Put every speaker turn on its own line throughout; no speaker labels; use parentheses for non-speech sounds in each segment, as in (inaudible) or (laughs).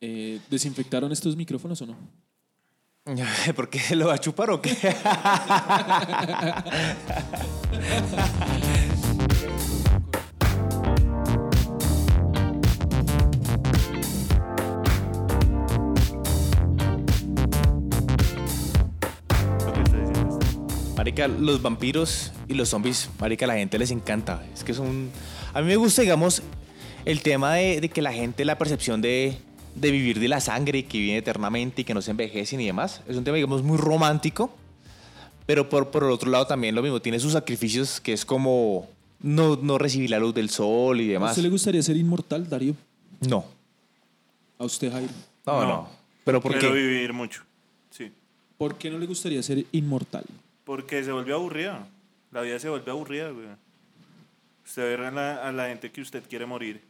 Eh, ¿Desinfectaron estos micrófonos o no?
(laughs) ¿Por qué lo va a chupar o qué? (laughs) Marica, los vampiros y los zombies, marica, a la gente les encanta. Es que es un... A mí me gusta, digamos, el tema de, de que la gente, la percepción de, de vivir de la sangre y que viven eternamente y que no se envejecen y demás. Es un tema, digamos, muy romántico. Pero por, por el otro lado también lo mismo, tiene sus sacrificios que es como no, no recibir la luz del sol y
¿A
demás.
usted le gustaría ser inmortal, Darío?
No,
A usted, Jairo.
no, no.
No.
Pero ¿por
Pero
qué?
vivir mucho. Sí.
¿Por qué no le gustaría ser inmortal?
Porque se vuelve aburrida. La vida se vuelve aburrida, güey. Usted ve a la, a la gente que usted quiere morir.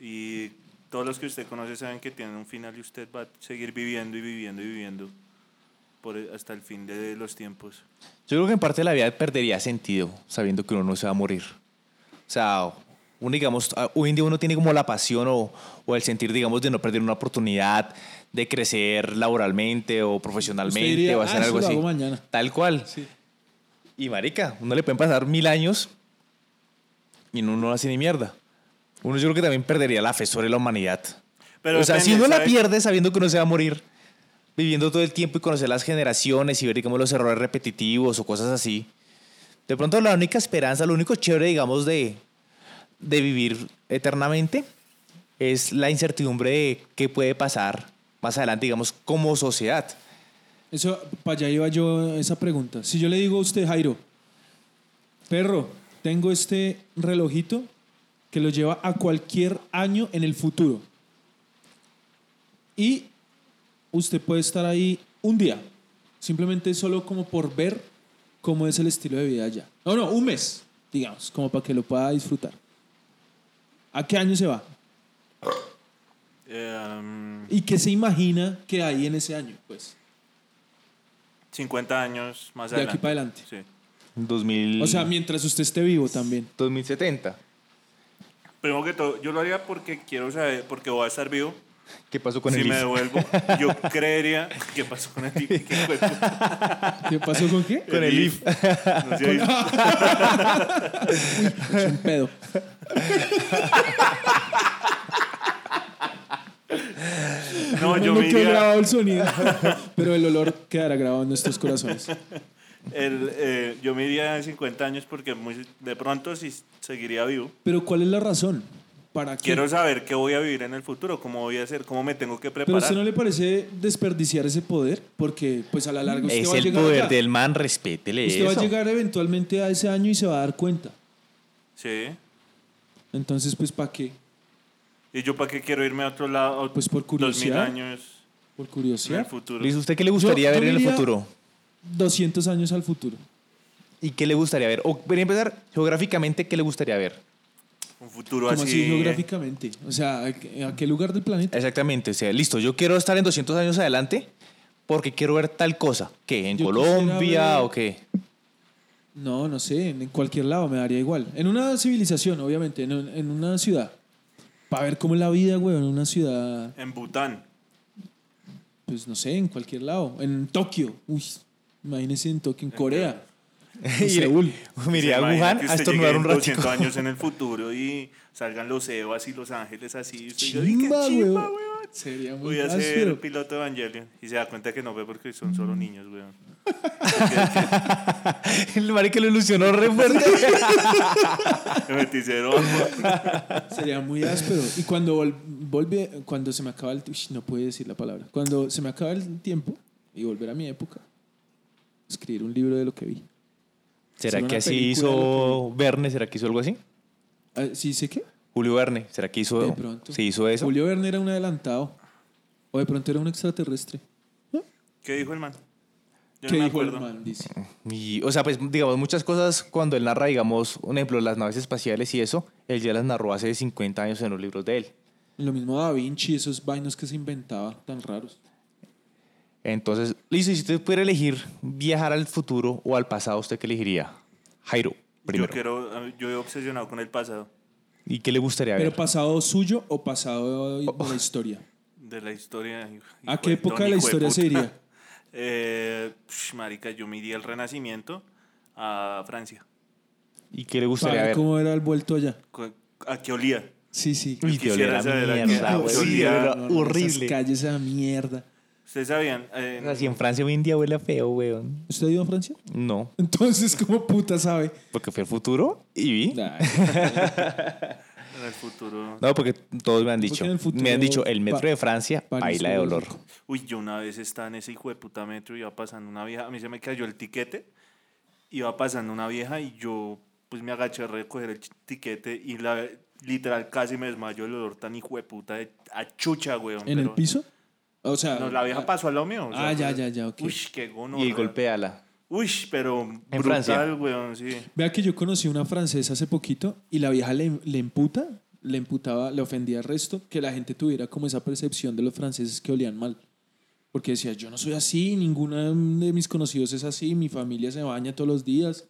Y todos los que usted conoce saben que tienen un final y usted va a seguir viviendo y viviendo y viviendo por el- hasta el fin de los tiempos.
Yo creo que en parte la vida perdería sentido sabiendo que uno no se va a morir. O sea, uno, digamos, ah, hoy en día uno tiene como la pasión o, o el sentir, digamos, de no perder una oportunidad de crecer laboralmente o profesionalmente
diría,
o hacer
"Ah, eso
algo
lo
así.
hago mañana.
Tal cual.
Sí.
Y marica, uno le pueden pasar mil años y uno no hace ni mierda. Uno yo creo que también perdería la fe sobre la humanidad.
Pero
o sea, si
depende,
uno la
¿sabe?
pierde sabiendo que uno se va a morir, viviendo todo el tiempo y conocer las generaciones y ver digamos, los errores repetitivos o cosas así, de pronto la única esperanza, lo único chévere, digamos, de, de vivir eternamente es la incertidumbre de qué puede pasar más adelante, digamos, como sociedad.
Eso, para allá iba yo esa pregunta. Si yo le digo a usted, Jairo, perro, tengo este relojito que lo lleva a cualquier año en el futuro. Y usted puede estar ahí un día, simplemente solo como por ver cómo es el estilo de vida allá. No, no, un mes, digamos, como para que lo pueda disfrutar. ¿A qué año se va?
Eh, um,
¿Y qué se imagina que hay en ese año? Pues,
50 años más
De aquí
adelante.
para adelante.
Sí.
2000,
o sea, mientras usted esté vivo también.
2070.
Primero que todo, yo lo haría porque quiero saber, porque voy a estar vivo.
¿Qué pasó con
si
el
me
IF?
devuelvo, yo creería. ¿Qué pasó con el IF? ¿Qué fue?
¿Qué pasó con qué?
Con el IF.
No sé,
Es un pedo.
No, yo
no
me
quedó
iría.
grabado el
(laughs)
sonido, pero el olor quedará grabado en nuestros corazones.
el, eh, yo me iría de 50 años porque muy- de pronto si seguiría vivo.
Pero ¿cuál es la razón? ¿Para qué?
Quiero saber qué voy a vivir en el futuro, cómo voy a hacer, cómo me tengo que
pero ¿a
preparar.
usted no le parece desperdiciar ese poder? Porque pues a la larga usted
Es
va a
el
llegar
poder
allá.
del man, respétele
Usted va
eso.
a llegar eventualmente a ese año y se va a dar cuenta.
Sí.
Entonces, pues ¿para qué?
¿Y yo para qué quiero irme a otro lado? a
Pues, por
2000
curiosidad.
años
Por
en el
curiosidad.
futuro.
Luis, ¿usted qué le gustaría
Yo- yo
ver en el
diría-
futuro?
200 años al futuro.
¿Y qué le gustaría ver? O para empezar, geográficamente, ¿qué le gustaría ver?
Un futuro
Como
así.
así geográficamente. O sea, ¿a qué- ¿a qué lugar del planeta?
Exactamente, o sea, listo, yo quiero estar en 200 años adelante porque quiero ver tal cosa. ¿Qué? ¿En
Yo quisiera
Colombia
ver- (laughs)
o qué?
No, no sé, en en cualquier lado me daría igual. En una civilización, obviamente, en, un- en una ciudad. Para ver cómo es la vida, güey, en una ciudad,
En Bután.
pues no sé, en cualquier lado. En Tokio, uy, imagínense en Tokio, en Corea.
(laughs)
en
Iré-
Seúl.
Me iría a
Se imagina
Wuhan
que
a
usted
estornudar
llegue
un
en 200
ratito.
años en el futuro y salgan los Evas y los Ángeles así. y usted diga, "Uy, qué
Chimba, güey.
Pues chimba, weón".
Sería muy
Voy a
áspero.
ser piloto de Evangelion. Y se da cuenta que no ve porque son solo niños, weón. (laughs) Porque
(laughs) El marica lo ilusionó re
(laughs)
fuerte.
Me metí cero agua.
Sería muy áspero. Y cuando vol- volve- cuando se me acaba el uy, no puedo decir la palabra. Cuando se me acaba el tiempo y volver a mi época, escribir un libro de lo que vi.
(laughs) ¿Será
Será
que
una
así
película, lo
hizo Verne? ¿Será que hizo algo así?
Ah, ¿Sí sé qué?
Julio Verne, ¿será que hizo,
De pronto.
¿se hizo eso?
Julio Verne era un adelantado. O de pronto era un extraterrestre.
¿Qué dijo el man? Yo
¿Qué
no me
dijo el
acuerdo.
man? Dice.
Y, o sea, pues digamos, muchas cosas cuando él narra, digamos, un ejemplo, las naves espaciales y eso, él ya las narró hace 50 años en los libros de él.
Lo mismo Da Vinci, esos vainos que se inventaba tan raros.
Entonces, listo, y si usted pudiera elegir viajar al futuro o al pasado, ¿usted qué elegiría? Jairo, primero.
Yo quiero, yo he obsesionado con el pasado.
¿Y qué le gustaría
¿Pero
ver?
pasado suyo o pasado
Oh,
de la historia?
De la historia. hijo-
¿A
hijo
qué
de
época
Tony,
de la
hijo
historia se
puta.
iría?
(laughs) Eh, psh, marica, yo me iría al Renacimiento a Francia.
¿Y qué le
Para
gustaría
ver
ver?
cómo era el vuelto allá.
Cu- ¿A qué olía?
Sí, sí.
Uy, que
Quisiera
olera
saber a
(laughs)
qué-
mierda,
Ah,
güey.
sí,
Sí,
olía
olera
no, no, Esas
horrible.
calles a mierda.
Ustedes sabían. eh,
Así en Francia hoy en día huele a feo, weón.
¿Usted ha ido a Francia? (laughs)
No,
Entonces, ¿cómo puta
(laughs)
sabe?
porque fui al futuro y vi.
Nah,
en el futuro.
No, porque todos me han dicho.
en el futuro
me han dicho, el
pa-
metro de Francia,
París
baila de
huele
dolor.
rico.
Uy, yo una vez estaba en ese hijo de puta metro y iba pasando una vieja. A mí se me cayó el tiquete. Iba pasando una vieja y yo pues me agaché a recoger el ch- tiquete y la literal casi me desmayo el olor tan hijo de puta de a chucha, weón.
¿En el
pero-
piso? O sea...
No, la vieja pasó al lado mío. o sea,
Ah, ya,
pues,
ya, ya, ok.
Uy, qué gono.
Y el golpe de ala.
Uy, pero brutal,
Francia.
weón, sí.
Vea que yo conocí una francesa hace poquito y la vieja le, le emputa, le emputaba, le ofendía al resto que la gente tuviera como esa percepción de los franceses que olían mal. Porque decía, yo no soy así, ninguna de mis conocidos es así, mi familia se baña todos los días.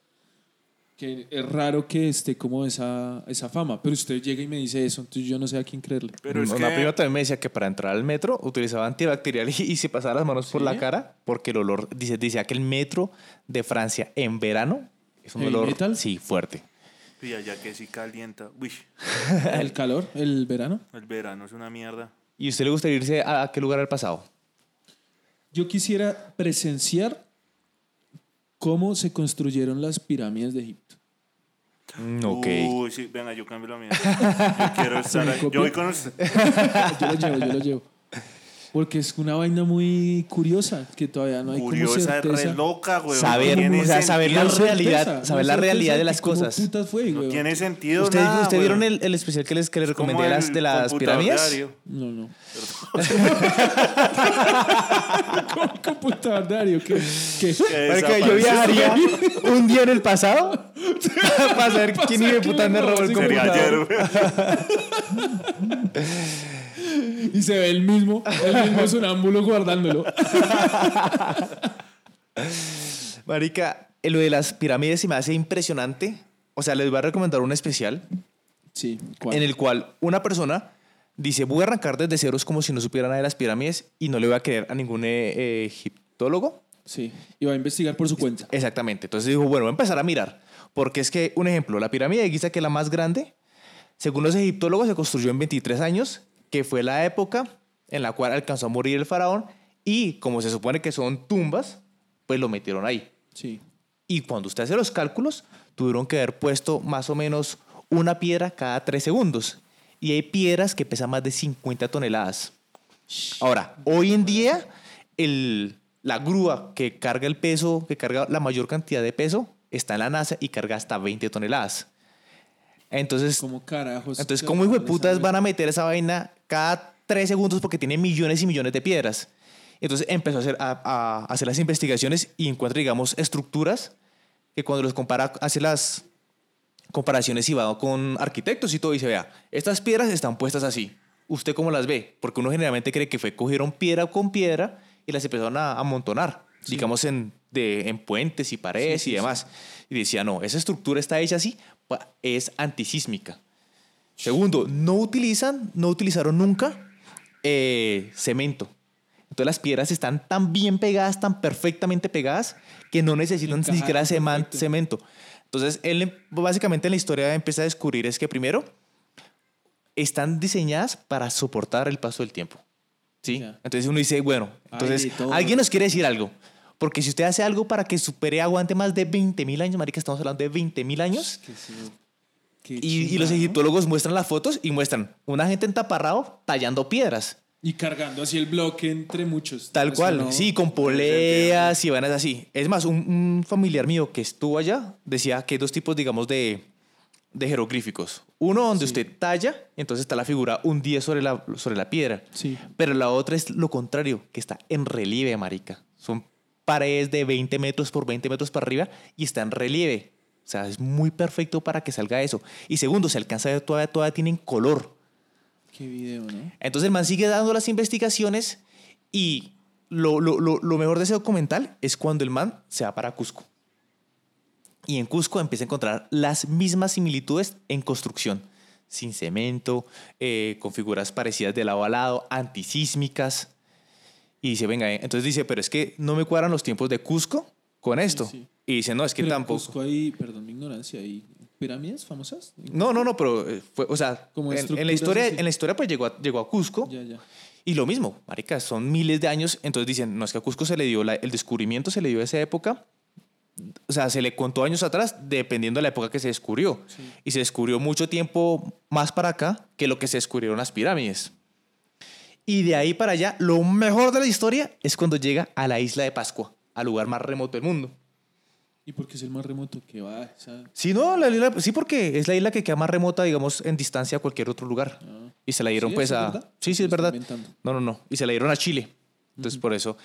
Que es raro que esté como esa, esa fama. Pero usted llega y me dice eso, entonces yo no sé a quién creerle.
Pero es
No,
que...
La prima también me decía que para entrar al metro utilizaba antibacterial y, y se pasaba las manos por
¿Sí?
la cara porque el olor, dice, decía que el metro de Francia en verano es un
¿Heavy
olor,
metal?
sí, fuerte.
Y allá que sí calienta. Uy,
El calor, el verano.
el verano es una mierda.
¿Y usted le gustaría irse a, a qué lugar al pasado?
Yo quisiera presenciar cómo se construyeron las pirámides de Egipto.
Mm, ok.
Uy, sí, venga, yo cambio la mía. Yo
(laughs)
quiero estar ahí. Yo voy con usted.
Yo lo llevo, yo lo llevo. Porque es una vaina muy curiosa que todavía no hay como
Curiosa,
certeza.
re loca, weón.
Saber,
no tiene
o sea, saber
No
la
hay
sentido,
certeza,
realidad,
no hay
saber la
certeza
realidad de
que
las
cómo
cosas.
putas fue,
No
weón.
tiene sentido
¿Usted,
nada,
¿usted vieron
weón.
el, el especial que les que le
Es como
recomendé de las,
el
de las
computador
pirámides?
diario.
No, no. (laughs) Con computador diario, ¿qué? ¿Qué?
Que
Marica, yo
desapareció. (laughs)
viajaría un día en el pasado para saber
Para
quién hijo de
saber
puta
quién
me
robó
robó
ese
el
Sería
computador.
ayer, weón.
Y se ve el mismo, el mismo sonámbulo guardándolo.
Marica, eh, lo de las pirámides se me hace impresionante. O sea, les voy a recomendar un especial
Sí, ¿cuál?
en el cual una persona dice, voy a arrancar desde ceros como si no supiera nada de las pirámides y no le voy a creer a ningún eh, eh, egiptólogo.
Sí, y va a investigar por su cuenta.
Exactamente. Entonces dijo, bueno, voy a empezar a mirar. Porque es que, un ejemplo, la pirámide de Giza, que es la más grande, según los egiptólogos, se construyó en 23 años, que fue la época en la cual alcanzó a morir el faraón. Y como se supone que son tumbas, pues lo metieron ahí.
Sí.
Y cuando usted hace los cálculos, tuvieron que haber puesto más o menos una piedra cada tres segundos. Y hay piedras que pesan más de 50 toneladas. Ahora, hoy en día, el, la grúa que carga el peso, que carga la mayor cantidad de peso, está en la NASA y carga hasta 20 toneladas. Entonces,
¿Cómo carajos?
entonces, ¿cómo hijo de putas van a meter esa vaina cada tres segundos porque tiene millones y millones de piedras? Entonces empezó a hacer, a, a hacer las investigaciones y encuentra, digamos, estructuras que cuando los compara, hace las comparaciones y va con arquitectos y todo y dice, vea, estas piedras están puestas así. ¿Usted cómo las ve? Porque uno generalmente cree que fue cogieron piedra con piedra y las empezaron a a amontonar, digamos, en, de, en puentes y paredes
Sí, sí,
y demás. Y decía, no, esa estructura está hecha así, pa- es antisísmica. Segundo, no utilizan, no utilizaron nunca eh, cemento. Entonces las piedras están tan bien pegadas, tan perfectamente pegadas, que no necesitan
Encajaron
ni siquiera cema-
perfecto.
cemento. Entonces él em- básicamente en la historia empieza a descubrir es que primero están diseñadas para soportar el paso del tiempo. ¿sí?
Ya.
Entonces uno dice, bueno, entonces
de todo.
alguien nos quiere decir algo. Porque si usted hace algo para que supere, aguante más de 20 mil años, marica, estamos hablando de 20 mil años,
Que sí, qué
y, y
chimba,
los
¿no?
egiptólogos muestran las fotos y muestran una gente entaparrado tallando piedras.
Y cargando así el bloque entre muchos.
Tal
Eso
cual,
Pues no-
sí, con poleas y vainas así. Es más, un, un familiar mío que estuvo allá decía que hay dos tipos, digamos, de, de jeroglíficos. Uno donde usted talla, entonces está la figura un 10 sobre la, sobre la piedra.
Sí.
Pero la otra es lo contrario, que está en relieve, marica. Son paredes de 20 metros por 20 metros para arriba y está en relieve. O sea, es muy perfecto para que salga eso. Y segundo, se alcanza a ver todavía, todavía tienen color.
Qué video, ¿no?
Entonces el man sigue dando las investigaciones y lo, lo- lo- lo mejor de ese documental es cuando el man se va para Cusco. Y en Cusco empieza a encontrar las mismas similitudes en construcción. sin cemento, eh, con figuras parecidas de lado a lado, antisísmicas. Y dice, venga, eh. entonces dice, pero es que no me cuadran los tiempos de Cusco con esto.
sí.
Y dice, no, es que
Pero en
tampoco.
Cusco hay, perdón mi ignorancia, hay pirámides famosas.
No, no, no, pero eh, fue, o sea,
Como
en, en
estructuras
la historia,
así.
en la historia pues llegó a, llegó a Cusco
Ya, ya.
y lo mismo, marica, son miles de años, entonces dicen, no es que a Cusco se le dio la- el descubrimiento se le dio a esa época. O sea, se le contó años atrás dependiendo de la época que se descubrió. Y se descubrió mucho tiempo más para acá que lo que se descubrieron las pirámides. Y de ahí para allá, lo mejor de la historia es cuando llega a la isla de Pascua, al lugar más remoto del mundo.
¿Y porque es el más remoto que va? esa-
Sí, no, la isla- sí, porque es la isla que queda más remota, digamos, en distancia a cualquier otro lugar.
Ah.
Y se la dieron
¿Sí?
pues
¿Eso es
a...
verdad?
Sí, sí,
Me
es
estoy
verdad.
inventando.
No, no, no. Y se la dieron a Chile. Entonces, por eso...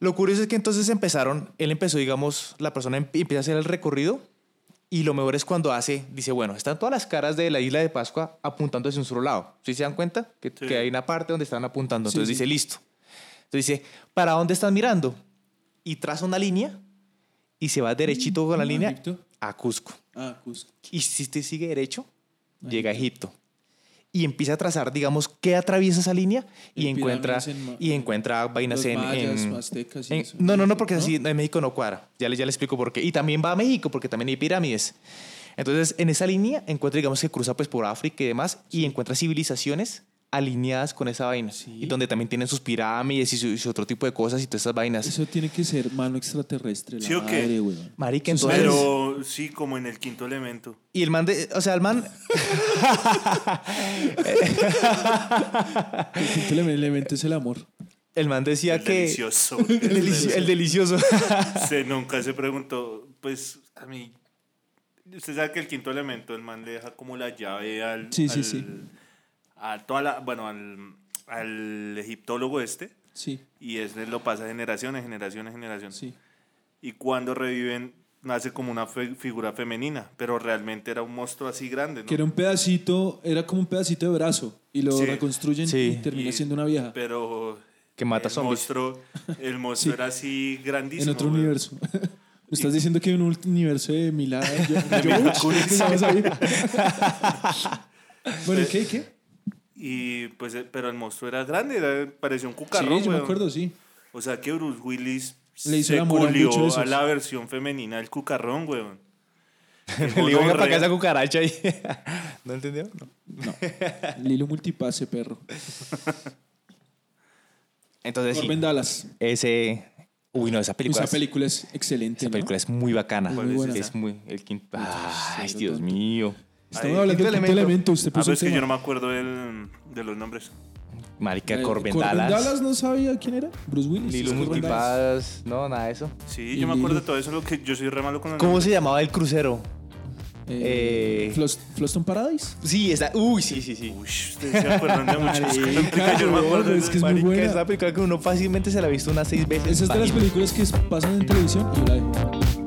Lo curioso es que entonces empezaron, él empezó, digamos, la persona em- empieza a hacer el recorrido y lo mejor es cuando hace, dice, bueno, están todas las caras de la isla de Pascua apuntando hacia un solo lado. ¿Sí se dan cuenta? Que,
Sí.
que hay una parte donde están apuntando.
Sí,
Entonces
sí.
dice, listo. Entonces dice, ¿para dónde están mirando? Y traza una línea y se va derechito con la
¿A
línea
Egipto?
a Cusco.
Ah, Cusco.
Y si usted sigue derecho, llega a Egipto. Y empieza a trazar, digamos, qué atraviesa esa línea y
Y
encuentra,
pirámides en Ma-
y encuentra vainas
Los
en,
mayas,
en-
aztecas y
en-
eso.
No, no, no, porque así en México no cuadra. Ya le, ya le explico por qué. Y también va a México porque también hay pirámides. Entonces, en esa línea encuentra, digamos, que cruza pues por África y demás y encuentra civilizaciones alineadas con esa vaina.
Sí.
Y donde también tienen sus pirámides y su, y su otro tipo de cosas y todas esas vainas.
Eso tiene que ser mano extraterrestre, la
¿Sí o qué?
madre, weón.
Marica,
Eso
entonces-
Pero sí, como en el quinto elemento.
Y el man, de- o sea, el man
El quinto ele- elemento es el amor.
El man decía
el
que.
delicioso.
(laughs) El, delici- el delicioso.
(laughs)
Se, nunca se preguntó, pues a mí. Usted sabe que el quinto elemento, el man le deja como la llave al.
Sí, sí,
al-
sí.
A toda la. Bueno, al, al egiptólogo este.
Sí,
Y ese lo pasa generación en generación en generación.
sí.
Y cuando reviven, nace como una fe- figura femenina. Pero realmente era un monstruo así grande, ¿no?
Que era un pedacito, era como un pedacito de brazo. Y lo
Sí.
reconstruyen
Sí.
y termina
Y-
siendo una vieja.
Pero.
Que mata
el
zombies.
monstruo, el monstruo era así grandísimo.
En otro
güey.
universo. (laughs) ¿Me estás diciendo que hay un ult- universo de Mila yo- Jovovich?
Kunis.
¿Qué se llama esa
(laughs)
vieja? bueno, ¿y
Eh,
¿qué? ¿Qué?
Y pues, eh, pero el monstruo era grande, era, parecía un
Sí,
cucarrón.
yo me
weón.
acuerdo, sí.
O sea que Bruce Willis
Le hizo
se
el amor a
culió
mucho de esos.
a la versión femenina del cucarrón, weón.
(laughs)
(laughs)
Le digo, venga para acá esa cucaracha ahí. (laughs) ¿No entendió? No.
(laughs)
No. Lilo multipase, perro.
Entonces, sí,
Corbin Dallas.
ese. Uy, no, esa
Esa
película. es-
película es excelente.
esa
¿no?
película es muy bacana.
Es muy
Es,
buena.
muy. El quinto. Ay,
sí,
Dios
tanto.
mío.
Estamos
Ahí,
hablando
quinto
del quinto
elemento.
elemento. Usted
Ah,
puso
pero
el
es que
tema.
yo no me acuerdo del- de los nombres.
Marica,
Eh,
Corben
Corbin
Dallas.
no sabía quién era. Bruce Willis.
Lilo
es Corbin Dallas.
Multipadas. No, nada de eso.
Sí,
Y
yo me acuerdo
Lilo.
de todo eso, lo que yo soy re malo con los
¿Cómo
nombres.
se llamaba el crucero?
Eh,
Eh.
Flos- Floston Paradise.
Sí, está. Uy, sí, sí, sí.
Uy, ustedes se acuerdan de muchas cosas. (laughs)
Marica,
Yo no me acuerdo.
es que es muy
Marica,
buena.
es una película que uno fácilmente se la ha visto unas seis veces.
Esa es de las
fácil.
películas que pasan en televisión. Yo la dejo.